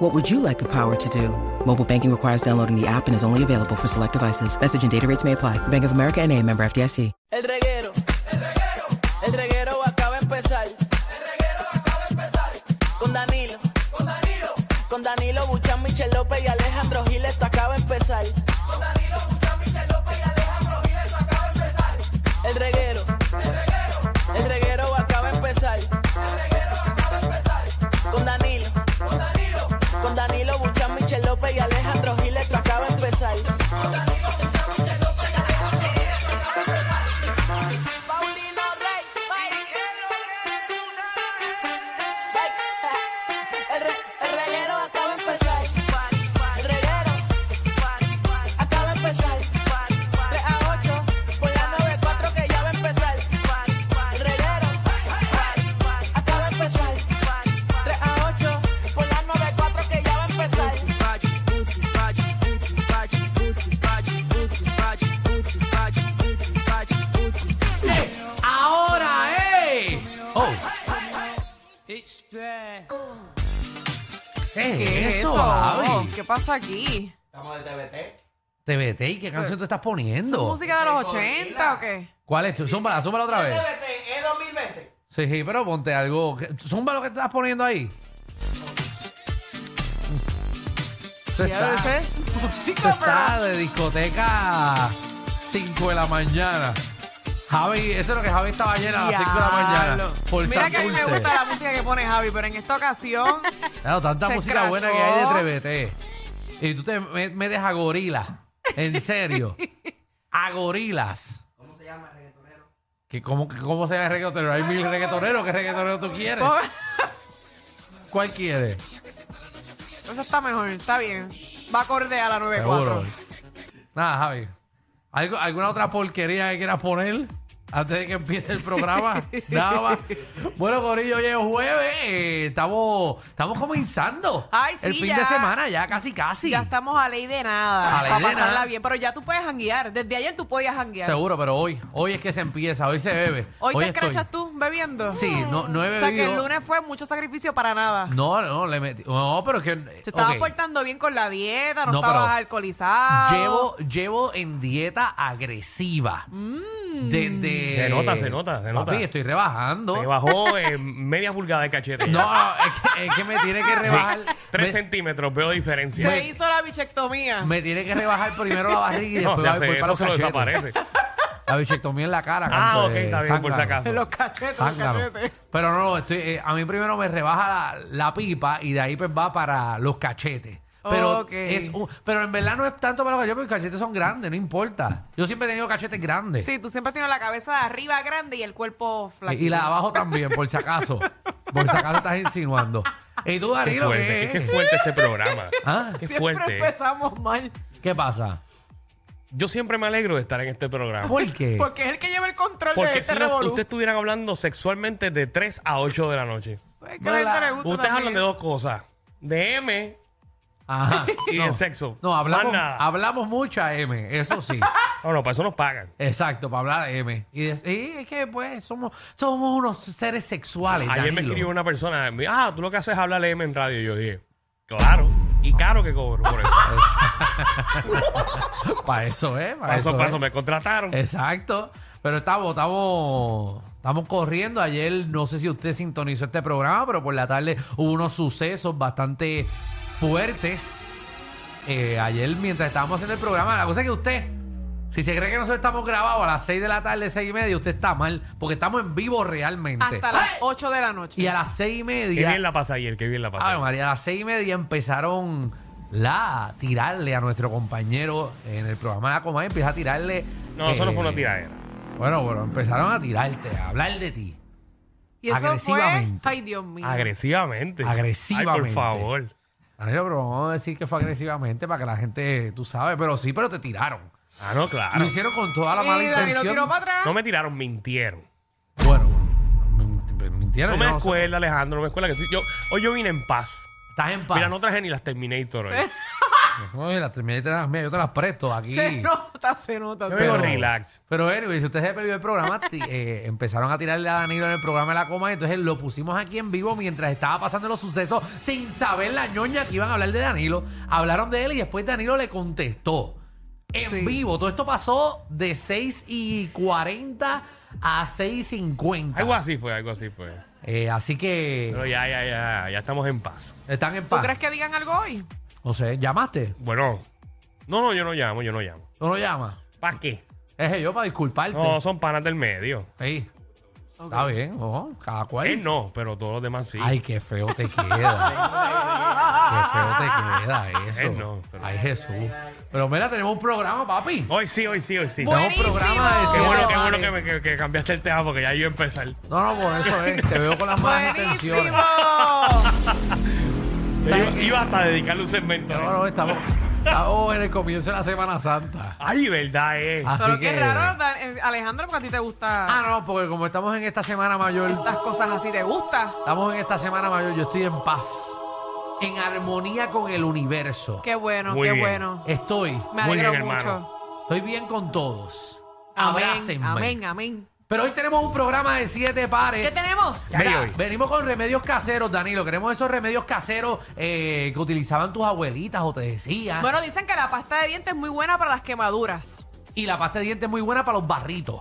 What would you like the power to do? Mobile banking requires downloading the app and is only available for select devices. Message and data rates may apply. Bank of America and a member FDIC. El reguero. El reguero acaba de empezar. Con Danilo. Con Danilo Buchan, Michel López y Alejandro Gil, esto acaba de empezar. El reguero. El reguero acaba de empezar. Con Danilo. Con Danilo Buchan, Michel López y Alejandro Gil, esto acaba de empezar. Paulino Rey. El, re- el reguero acaba de empezar. El reguero acaba de empezar. 3 a 8 por la 94 que ya va a empezar. El reguero acaba de empezar. 3 a 8 por la 94 que ya va a empezar. Ahora, ¡eh! Oh. ¿Qué ¿Qué es es eso, eso? Javi? ¿Qué pasa aquí? TBT, ¿y qué canción tú estás ¿Es poniendo? música de los 80 o qué? ¿Cuál es tu? Zúmbala, zúmbala otra vez. Es 2020. Sí, sí, pero ponte algo. que- Zumba lo que estás poniendo ahí. Eso Ya está, veces eso música está de discoteca 5 de la mañana. Javi, eso es lo que Javi estaba ayer a las 5 de la mañana. Por Mira San que a mí me Dulce. gusta la música que pone Javi, pero en esta ocasión Claro, tanta Se música buena que escrachó. hay de Trevete. Y tú te me- metes a gorila. En serio. a gorilas. ¿Qué- ¿Cómo, que ¿Cómo se llama el reggaetonero? Hay mil reggaetoneros. ¿Qué reggaetonero tú quieres? po- ¿Cuál quieres? eso está mejor, está bien. Va acorde a la 94. Seguro. Nada, Javi. ¿Algo- ¿Alguna otra porquería que quieras poner antes de que empiece el programa? Nada más. Bueno, Corillo, hoy es jueves. eh, estamos, estamos comenzando. Ay, el sí, fin ya. de semana ya, casi, casi. Ya estamos a ley de nada. A ley para de pasarla nada. bien, pero ya tú puedes janguear. Desde ayer tú podías janguear. Seguro, pero hoy, hoy es que se empieza, hoy se bebe. Hoy, estoy- te escrachas tú bebiendo. Sí, no, no he O bebido. sea que el lunes fue mucho sacrificio para nada. No, no, le metí. No, pero es que. Te estabas ok. portando bien con la dieta, no, No, pero- estabas alcoholizado. Llevo, llevo en dieta agresiva. Mm. Desde. Se nota, se nota, se nota. Papi, estoy rebajando. Me bajó eh, media pulgada de cachete. No, no, es que, es que me tiene que rebajar. Tres me, centímetros, veo Se diferencia. hizo la bichectomía. me tiene que rebajar primero la barriga y no, después se va- voy hace para eso, los se lo cachetes. desaparece. La bichectomía en la cara. ah, canto ok, de está bien, por si zángano. acaso. Los cachetes, los Zángano. cachetes. Ah, Pero no, estoy, eh, a mí primero me rebaja la, la pipa y de ahí pues va para los cachetes. Pero, Ok. es un- pero en verdad no es tanto para los cachetes, porque los cachetes son grandes, no importa. Yo siempre he tenido cachetes grandes. Sí, tú siempre tienes la cabeza de arriba grande y el cuerpo flaquito. y, y la de abajo también, por si acaso. por si acaso estás insinuando. ¿Y tú, Qué Danilo, fuerte, qué, qué, es? fuerte este programa. Ah, Qué Siempre fuerte. empezamos mal. ¿Qué pasa? Yo siempre me alegro de estar en este programa. ¿Por qué? Porque es el que lleva el control de Porque este si no, revolú. ustedes estuvieran hablando sexualmente de 3 a 8 de la noche. Es que a la gente le gusta Ustedes también hablan de eso. dos cosas. De M Ajá. y de sexo. No, hablamos, Más nada. hablamos mucho a M, eso sí. No, no, para eso nos pagan. Exacto, para hablar de M. Y, de- y es que pues somos, somos unos seres sexuales. Ayer me Eh, Danilo. escribió una persona, me dijo, ah, tú lo que haces es hablar M en radio. Y yo dije, claro, y caro que cobro por eso. Para eso, ¿eh? Para Paso eso, a paso, ¿eh? me contrataron. Exacto. Pero estamos, estamos, estamos corriendo. Ayer, no sé si usted sintonizó este programa, pero por la tarde hubo unos sucesos bastante fuertes. Eh, ayer, mientras estábamos haciendo el programa, la cosa es que usted, si se cree que nosotros estamos grabados a las 6 de la tarde, 6 y media, usted está mal, porque estamos en vivo realmente. Hasta las 8 de la noche. Y a las 6 y Qué media. bien la pasa ayer, qué bien la pasa. Ave ayer. María, a las seis y media empezaron la a tirarle a nuestro compañero en el programa La Comay, empieza a tirarle. No, eso no fue eh, una tiradera. Bueno, pero empezaron a tirarte, a hablar de ti. Y eso fue... agresivamente. Ay, Dios mío. Agresivamente. Ay, Agresivamente. por favor. Danilo, pero vamos a decir que fue agresivamente para que la gente, tú sabes, pero sí, pero te tiraron. Ah, no, claro. Lo hicieron con toda la mala Y Dani lo intención. tiró para atrás. No me tiraron, mintieron. Bueno, me- me mintieron. No yo me sé. escuela, Alejandro, no me escuela. Que sí, yo, hoy yo vine en paz. Estás en paz. Mira, no traje ni las Terminator hoy. Oye, las terminé de tener las mías, yo te las presto aquí. Se nota, se nota. Yo se vengo nota. relax. Pero anyway, si usted se perdió el programa, ti- eh, empezaron a tirarle a Danilo en el programa de la coma, y entonces lo pusimos aquí en vivo mientras estaba pasando los sucesos, sin saber la ñoña que iban a hablar de Danilo. Hablaron de él y después Danilo le contestó. En Sí. vivo, todo esto pasó de 6 y 40 a 6 y 50. Algo así fue, algo así fue. Eh, así que Pero ya, ya, ya, ya estamos en paz. están en ¿Tú paz. crees que digan algo hoy? No sé, ¿llamaste? Bueno, no, no, yo no llamo, yo no llamo. ¿Tú no llamas? ¿Para qué? Es yo para disculparte. No, son panas del medio. Sí. Está bien, ojo, cada cual. Él no, pero todos los demás sí. Ay, qué feo te queda. qué feo te queda eso. Eh, no, pero- Ay, Jesús. Pero mira, tenemos un programa, papi. Hoy sí, hoy sí, hoy sí. Bueno, Tenemos un programa de Qué sí, bueno, qué siete bueno pares. que, me, que- que cambiaste el tema porque ya iba a empezar. No, no, por eso es. Te veo con las malas intenciones. ¡Buenísimo! ¿Sabes Iba, qué? iba hasta a dedicarle un segmento. No, no, estamos, estamos en el comienzo de la Semana Santa. Ay, verdad, eh. Así Pero que- qué raro, Dan- eh, Alejandro, porque a ti te gusta Ah, no, porque como estamos en esta Semana Mayor, las cosas así, ¿te gusta? estamos en esta Semana Mayor, yo estoy en paz. En armonía con el universo. Qué bueno, Muy qué bien. bueno. Estoy. Me Muy alegro bien, hermano. mucho. Estoy bien con todos. Amén, Abrácenme. amén, amén. Pero hoy tenemos un programa de siete pares. ¿Qué tenemos? Bello Ya, hoy. Venimos con remedios caseros, Danilo. Queremos esos remedios caseros eh, que utilizaban tus abuelitas o te decían. Bueno, dicen que la pasta de dientes es muy buena para las quemaduras. y la pasta de dientes es muy buena para los barritos.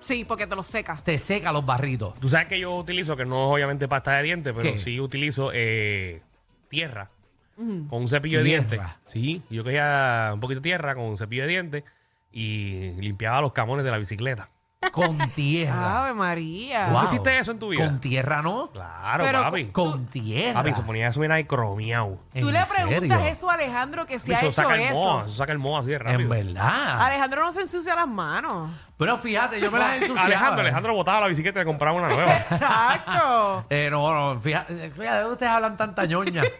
Sí, porque te lo seca. Te seca los barritos. Tú sabes que yo utilizo, que no es obviamente pasta de dientes, pero ¿Qué? sí utilizo eh, tierra con un cepillo Tierra. de dientes. Sí, yo cogía un poquito de tierra con un cepillo de dientes y limpiaba los camones de la bicicleta. Con tierra. Ave María. Wow. hiciste eso en tu vida? Con tierra, ¿no? Claro, Pero papi. Con tierra. Papi, se ponía eso, mira, y cromiao. Tú ¿En le preguntas serio? eso a Alejandro que si ha Eso hecho saca el moho, eso. eso saca el moho así de En rápido. verdad. Alejandro no se ensucia las manos. Pero fíjate, yo me las ensuciaba. Alejandro, Alejandro botaba la bicicleta y le compraba una nueva. Exacto. Eh, no, no, fíjate, fíjate, ustedes hablan tanta ñoña.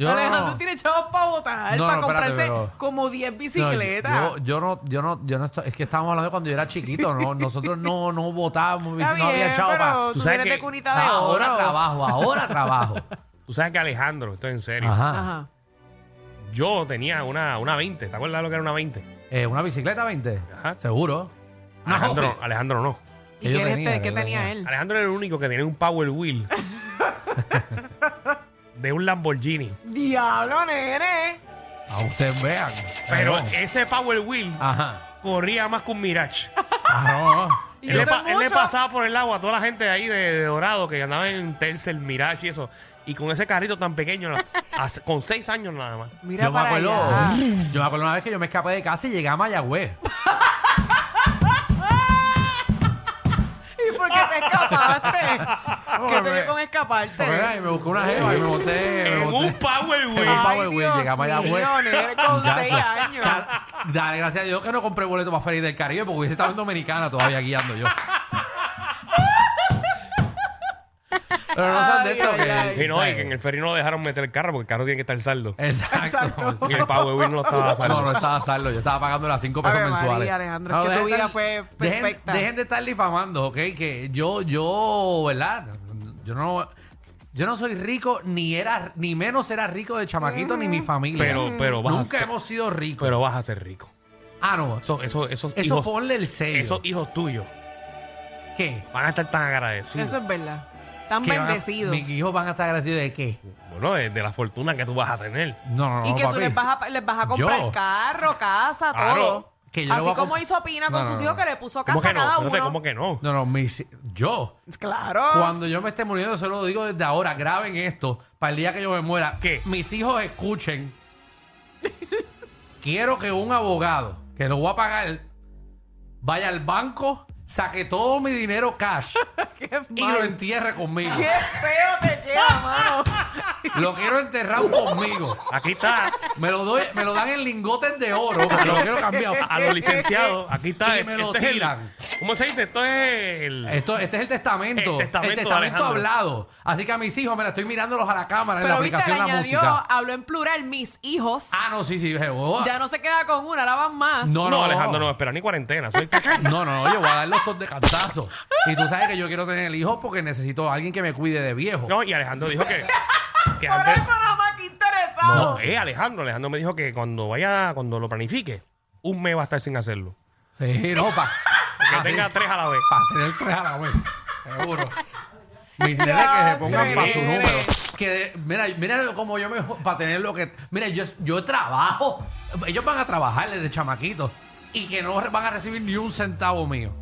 Yo no- Alejandro tiene chavos para botar, No, para no, espérate, comprarse pero- como 10 No, bicicletas. yo, yo no, yo no, yo no estoy- es que estábamos hablando de cuando yo era chiquito, ¿no? Nosotros no, no votábamos, Está no había bien, echado pero para. tú tú sabes vienes que- de cunita de oro. ahora trabajo, ahora trabajo. Tú sabes que Alejandro, esto es en serio. Ajá. Ajá. Yo tenía una, una 20, ¿te acuerdas lo que era una 20? Eh, ¿Una bicicleta 20? Ajá. Seguro. Ah, Una Alejandro, Hofi. Alejandro no. ¿Y Yo qué, tenía, este- qué yo tenía tenía. él? Alejandro era el único que tenía un Power Wheel de un Lamborghini. Diablo, nene. A ustedes vean. Pero Perdón. ese Power Wheel Ah. Ajá. corría más que un Mirage. Ah, no. Y Él le, eso pa- es él le mucho. pasaba por el agua a toda la gente de ahí de, de Dorado que andaba en Tercer Mirage y eso. Y con ese carrito tan pequeño, la- hace- con seis años nada más. Mira yo me para acuerdo. allá. Yo me acuerdo una vez que yo me escapé de casa y llegué a Mayagüez. ¿Y por qué te escapaste? ¿Qué te Porque- dio con escaparte? Porque, ay, me busqué una jeva y me boté. Me En boté. un Power Ay, Wheel. Power Wheel, llega para allá, güey. mío, nene, con Ya, 6 ya, años. ya, dale, gracias a Dios que no compré boleto para Feria del Caribe porque hubiese estado en Dominicana todavía guiando yo. Pero no sean de esto Ay, ay, que. Y no, y que en el ferry no lo dejaron meter el carro porque el carro tiene que estar saldo. Exacto. Exacto. Y el Power Wheel no lo estaba saldo. No, no estaba saldo. Yo estaba pagando las 5 pesos Ave María, mensuales. Alejandro, No, es que dejen tu de vida estar- fue dejen- perfecta. Dejen, de estar difamando, ¿ok? Que yo, yo, ¿verdad? Yo no. Yo no soy rico, ni era, ni menos era rico de chamaquito, ni mi familia. Pero- pero vas a- Nunca hemos sido ricos. Pero vas a ser rico. ah, no. Eso, eso, esos, Eso hijos, ponle el sello. esos hijos tuyos ¿Qué? van a estar tan agradecidos. Eso es verdad. Tan ¿Qué van a- bendecidos. Mis hijos van a estar agradecidos de qué? Bueno, de, de la fortuna que tú vas a tener. No, no, no. Y que tú papi. les vas a, les vas a comprar Yo. carro, casa, Claro, todo. que yo le voy Así a como comp- hizo Pina No, con no, sus no, hijos no. que le puso ¿Cómo casa que a no? cada Espérate, uno. ¿Cómo que no? No, no, mis. Yo. Claro. Cuando yo me esté muriendo, se lo digo desde ahora, graben esto, para el día que yo me muera. ¿Qué? Mis hijos escuchen. Quiero que un abogado, que lo voy a pagar, vaya al banco, saque todo mi dinero cash Qué, y lo mal. entierre conmigo. Qué feo te queda, mano. Lo quiero enterrado conmigo. Aquí está. Me lo, doy, me lo dan en lingotes de oro, porque lo quiero cambiado. A los licenciados. Aquí está. Y me lo es el- tiran. ¿Cómo se dice? Esto es el. Esto, este es el testamento. El testamento de Alejandro. hablado. Así que a mis hijos, me la estoy mirándolos a la cámara en la Pero viste, le aplicación La añadió, Música. habló en plural, mis hijos. Ah, no, sí, sí. dije, oh. Ya no se queda con una, ahora van más. No, No, Alejandro, no me espera ni cuarentena. Soy caca. No, no, no, yo voy a dar los dos de cantazo. Y tú sabes que yo quiero tener hijos porque necesito a alguien que me cuide de viejo. No, y Alejandro dijo que. que Por antes- eso nada más que interesado. No, eh, Alejandro. Alejandro me dijo que cuando vaya, cuando lo planifique, un mes va a estar sin hacerlo. Sí, no, para Que tenga tres a la vez. tener tres a la vez. Seguro. Mis nenes que Ya, se pongan para su tres. número. Que de- mira, mira cómo yo me para tener lo que. Mira, yo, yo trabajo. Ellos van a trabajar desde chamaquitos. Y que no van a recibir ni un centavo mío.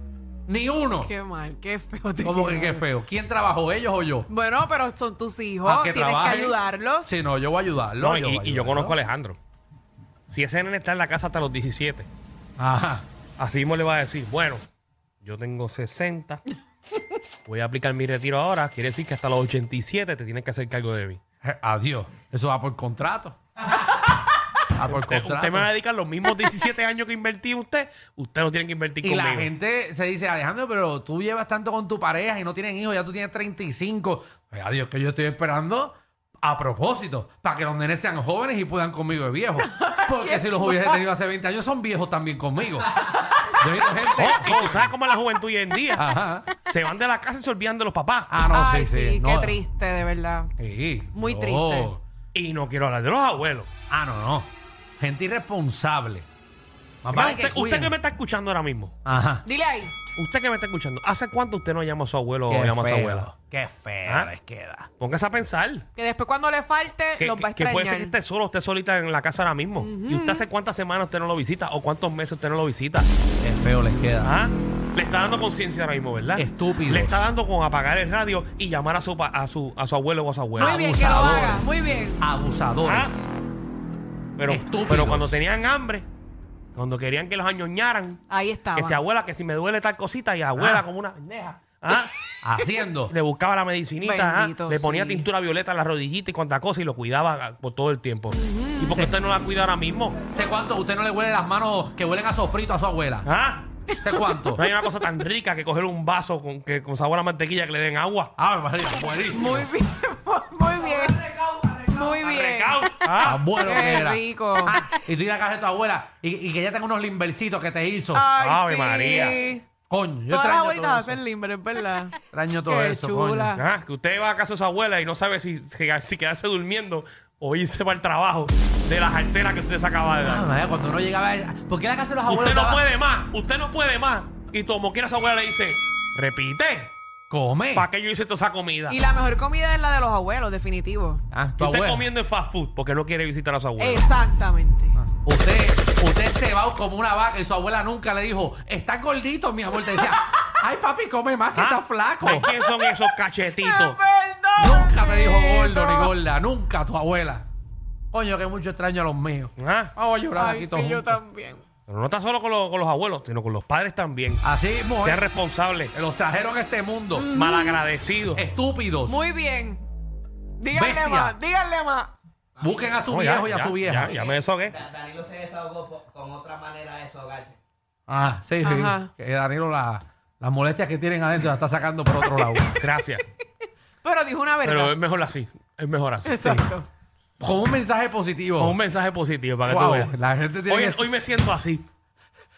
Ni uno. Qué mal, qué feo. te Como que quedaron. qué feo. ¿Quién trabajó, ellos o yo? Bueno, pero son tus hijos, Pa' tienes trabajen. que ayudarlos. Sí, no, yo voy a ayudarlos. No, y, voy a y yo ayudarlos. conozco a Alejandro. Si ese nene está en la casa hasta los 17, Ajá. así mismo le va a decir, bueno, yo tengo 60, voy a aplicar mi retiro ahora, quiere decir que hasta los 87 te tienes que hacer cargo de mí. Eh, Adiós. Eso va por contrato. Va por Usted, contrato. usted me va a dedicar los mismos 17 años que invertí en usted, usted no tiene que invertir Y conmigo. la gente se dice, Alejandro, pero tú llevas tanto con tu pareja y no tienen hijos, ya tú tienes 35. Ay, adiós, que yo estoy esperando a propósito, para que los nenes sean jóvenes y puedan conmigo de viejo. Porque si los hubiese tenido hace 20 años, son viejos también conmigo. Yo he visto gente Oh, y tú joven. sabes cómo es la juventud hoy en día. Ajá. Se van de la casa y se olvidan de los papás. Ah, no, Ay, sí, sí. qué no. triste, de verdad. Sí, Muy no. triste. Y no quiero hablar de los abuelos. Ah, no, no. Gente irresponsable. Más Mira, vale usted, usted cuiden. que me está escuchando ahora mismo, Ajá. Dile ahí. usted que me está escuchando, ¿hace cuánto usted no llama a su abuelo o Qué llama a su feo, abuela? Qué feo ¿Ah? les queda. Póngase a pensar. Que después cuando le falte, Que, los va a que- que extrañar. puede ser que esté solo, usted solita en la casa ahora mismo. ¿Y usted hace cuántas semanas usted no lo visita? ¿O cuántos meses usted no lo visita? Qué feo les queda. Ajá. Le está dando conciencia ahora mismo, ¿verdad? Estúpidos. Le está dando con apagar el radio y llamar a su, pa- a su, a su abuelo o a su abuela. Muy bien, que este lo abusador. haga. Muy bien. ¿Ah? Abusadores. Pero, estúpidos. pero cuando tenían hambre, cuando querían que los añoñaran, Ahí estaba. que si abuela, que si me duele tal cosita, y abuela Ah. como una pendeja. ¿ah? Haciendo. Le buscaba la medicinita, ¿ah? Bendito, le ponía sí. tintura violeta en la rodillita y cuanta cosa y lo cuidaba ah, por todo el tiempo. ¿Y por qué usted no la cuida ahora mismo? ¿Sé cuánto usted no le huele las manos que huelen a sofrito a su abuela? ¿Ah? ¿Sé cuánto? No hay una cosa tan rica que coger un vaso con, que, con sabor a mantequilla que le den agua. Ah, María, buenísimo. Muy bien, muy bien. Muy bien. Recao. Ah, Ah, bueno que Qué era. rico. Ah, y tú ir a casa de tu abuela y, y que ella tenga unos limbercitos que te hizo. Ay, Ave sí. María. Coño, yo Ah, Todas las extraño todo abuelitas eso. hacen limber, es verdad. Extraño todo Qué eso, chula. coño. ah, que usted va a casa de su abuela y no sabe si, si, si quedarse durmiendo o irse para el trabajo de las arteras que usted se acaba de Ah, dar. madre, cuando uno llegaba... a- ¿Por qué la casa de los abuelos usted no estaba- puede más, usted no puede más. Y como quiera su abuela le dice, repite, Come. ¿para qué yo hice toda esa comida? Y la mejor comida es la de los abuelos, definitivo. Ah, Y tu usted abuela. comiendo en fast food porque no quiere visitar a su abuela. Exactamente. Usted, usted se va como una vaca y su abuela nunca le dijo, estás gordito, mi amor. Te decía, ay papi, come más que Ah, estás flaco. ¿De quién son esos cachetitos? Nunca me dijo gordo ni gorda, nunca tu abuela. Coño, que mucho extraño a los míos. Ah, Vamos a llorar Ay, aquí sí, todos yo juntos. también. Pero no está solo con los, con los abuelos, sino con los padres también. Así, Sean mujer, responsables, que los trajeron a este mundo. Eh, malagradecidos. Estúpidos. Mm. Muy bien. Díganle Bestia. más, díganle más. Busquen a su No, ya, viejo y a ya, su vieja. Ya, ya me desogué. Da- Danilo se desahogó po- con otra manera de desahogarse. Ah, sí, sí. Ajá. Que Danilo, la- las molestias que tienen adentro las está sacando por otro lado. Gracias. Pero dijo una verdad. Pero eh, es mejor así. Es mejor así. Exacto. Con un mensaje positivo. Con un mensaje positivo para que Wow, tú veas. la gente tiene hoy, que- hoy me siento así.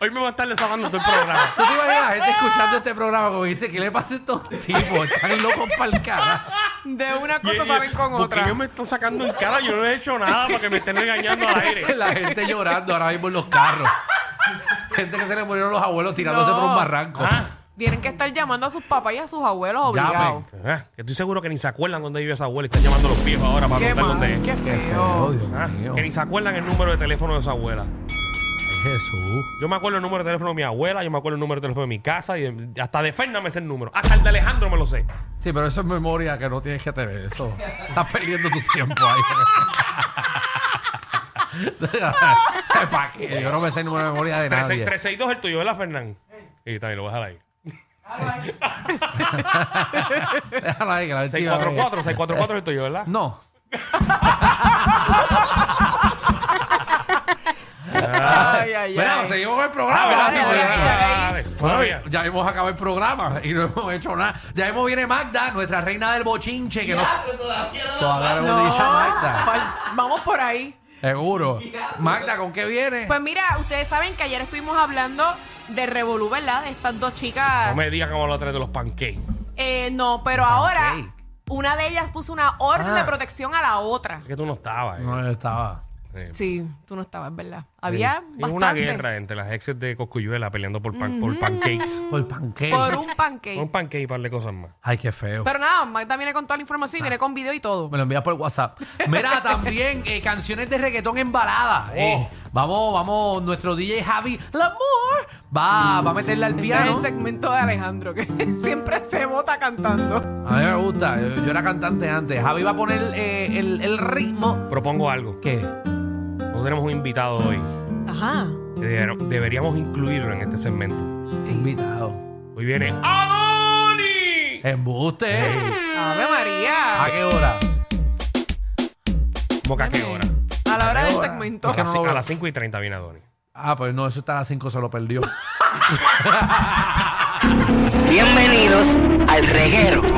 Hoy me voy a estar desahogando todo el programa. ¿Tú te imaginas la gente escuchando este programa como dice, ¿qué le pasa a estos tipos? Están locos para el cara. De una Y- cosa y- saben con porque otra. yo me estoy sacando en cara. Yo no he hecho nada para que me estén regañando al aire. La gente llorando ahora mismo en los carros. Gente que se le murieron los abuelos tirándose No. por un barranco. Ah, Tienen que estar llamando a sus papás y a sus abuelos obligados. Llamen. ah, que estoy seguro que ni se acuerdan dónde vive esa abuela. y Están llamando a los viejos ahora para Qué preguntar mal, dónde es. qué Qué feo. feo, Dios Ah, mío. que ni se acuerdan el número de teléfono de su abuela. Ay, Jesús. Yo me acuerdo el número de teléfono de mi abuela, yo me acuerdo el número de teléfono de mi casa, y de- hasta de Fernández me sé el número. Hasta el de Alejandro me lo sé. Sí, pero eso es memoria que no tienes que tener. Eso. Estás perdiendo tu tiempo ahí. ¿Para qué? Yo no me sé el número de memoria de nadie. 362 el tuyo, ¿verdad, Fernán? Y también lo voy a dejar ahí. Déjala ahí, que la gente iba a ver. 644, 644 estoy yo, ¿verdad? No. Ay, ay, Bueno, ay. seguimos con el programa. Ah, ¿verdad? ¿verdad? Sí, ay, sí, ay, ah, ah, ah, ah, Bueno, todavía. ya, ya hemos acabado el programa y no hemos hecho nada. Ya hemos viene Magda, nuestra reina del bochinche, que no todavía no hemos dicho a Magda. Pues, vamos por ahí. Seguro. Magda, ¿con qué viene? Pues mira, ustedes saben que ayer estuvimos hablando de Revolú, ¿verdad? De estas dos chicas. No me digas cómo lo traes de los pancakes. Eh, no, pero ahora una de ellas puso una orden Ah. de protección a la otra. Es que tú no estabas. eh. No yo estaba. Eh, Sí, tú no estabas, ¿verdad? Había Es una bastante. guerra entre las exes de Coscuyuela peleando por, pan- por pancakes. Por panqueo. Por un pancake. Un pancake y par de cosas más. Ay, qué feo. Pero nada, Magda viene con toda la información Ah. y viene con video y todo. Me lo envías por WhatsApp. Mira, también eh, canciones de reggaetón en Oh. balada. Eh, vamos, vamos, nuestro DJ Javi Lamor va, va a meterle al Ese es el piano. segmento de Alejandro, que siempre se vota cantando. A mí me gusta, yo, yo era cantante antes. Javi va a poner eh, el, el ritmo. Propongo algo. ¿Qué? No tenemos un invitado hoy. Ajá. que deber- Deberíamos incluirlo en este segmento. Invitado. Hoy viene Adoni. Embuste. Ave ¿A María. qué hora? ¿Moca qué hora? A la hora del Ahora. segmento. Es que A no las ci- lo- a las 5 y 30 viene Adoni. Ah, pues no, eso está a las 5, se lo perdió. Bienvenidos al reguero.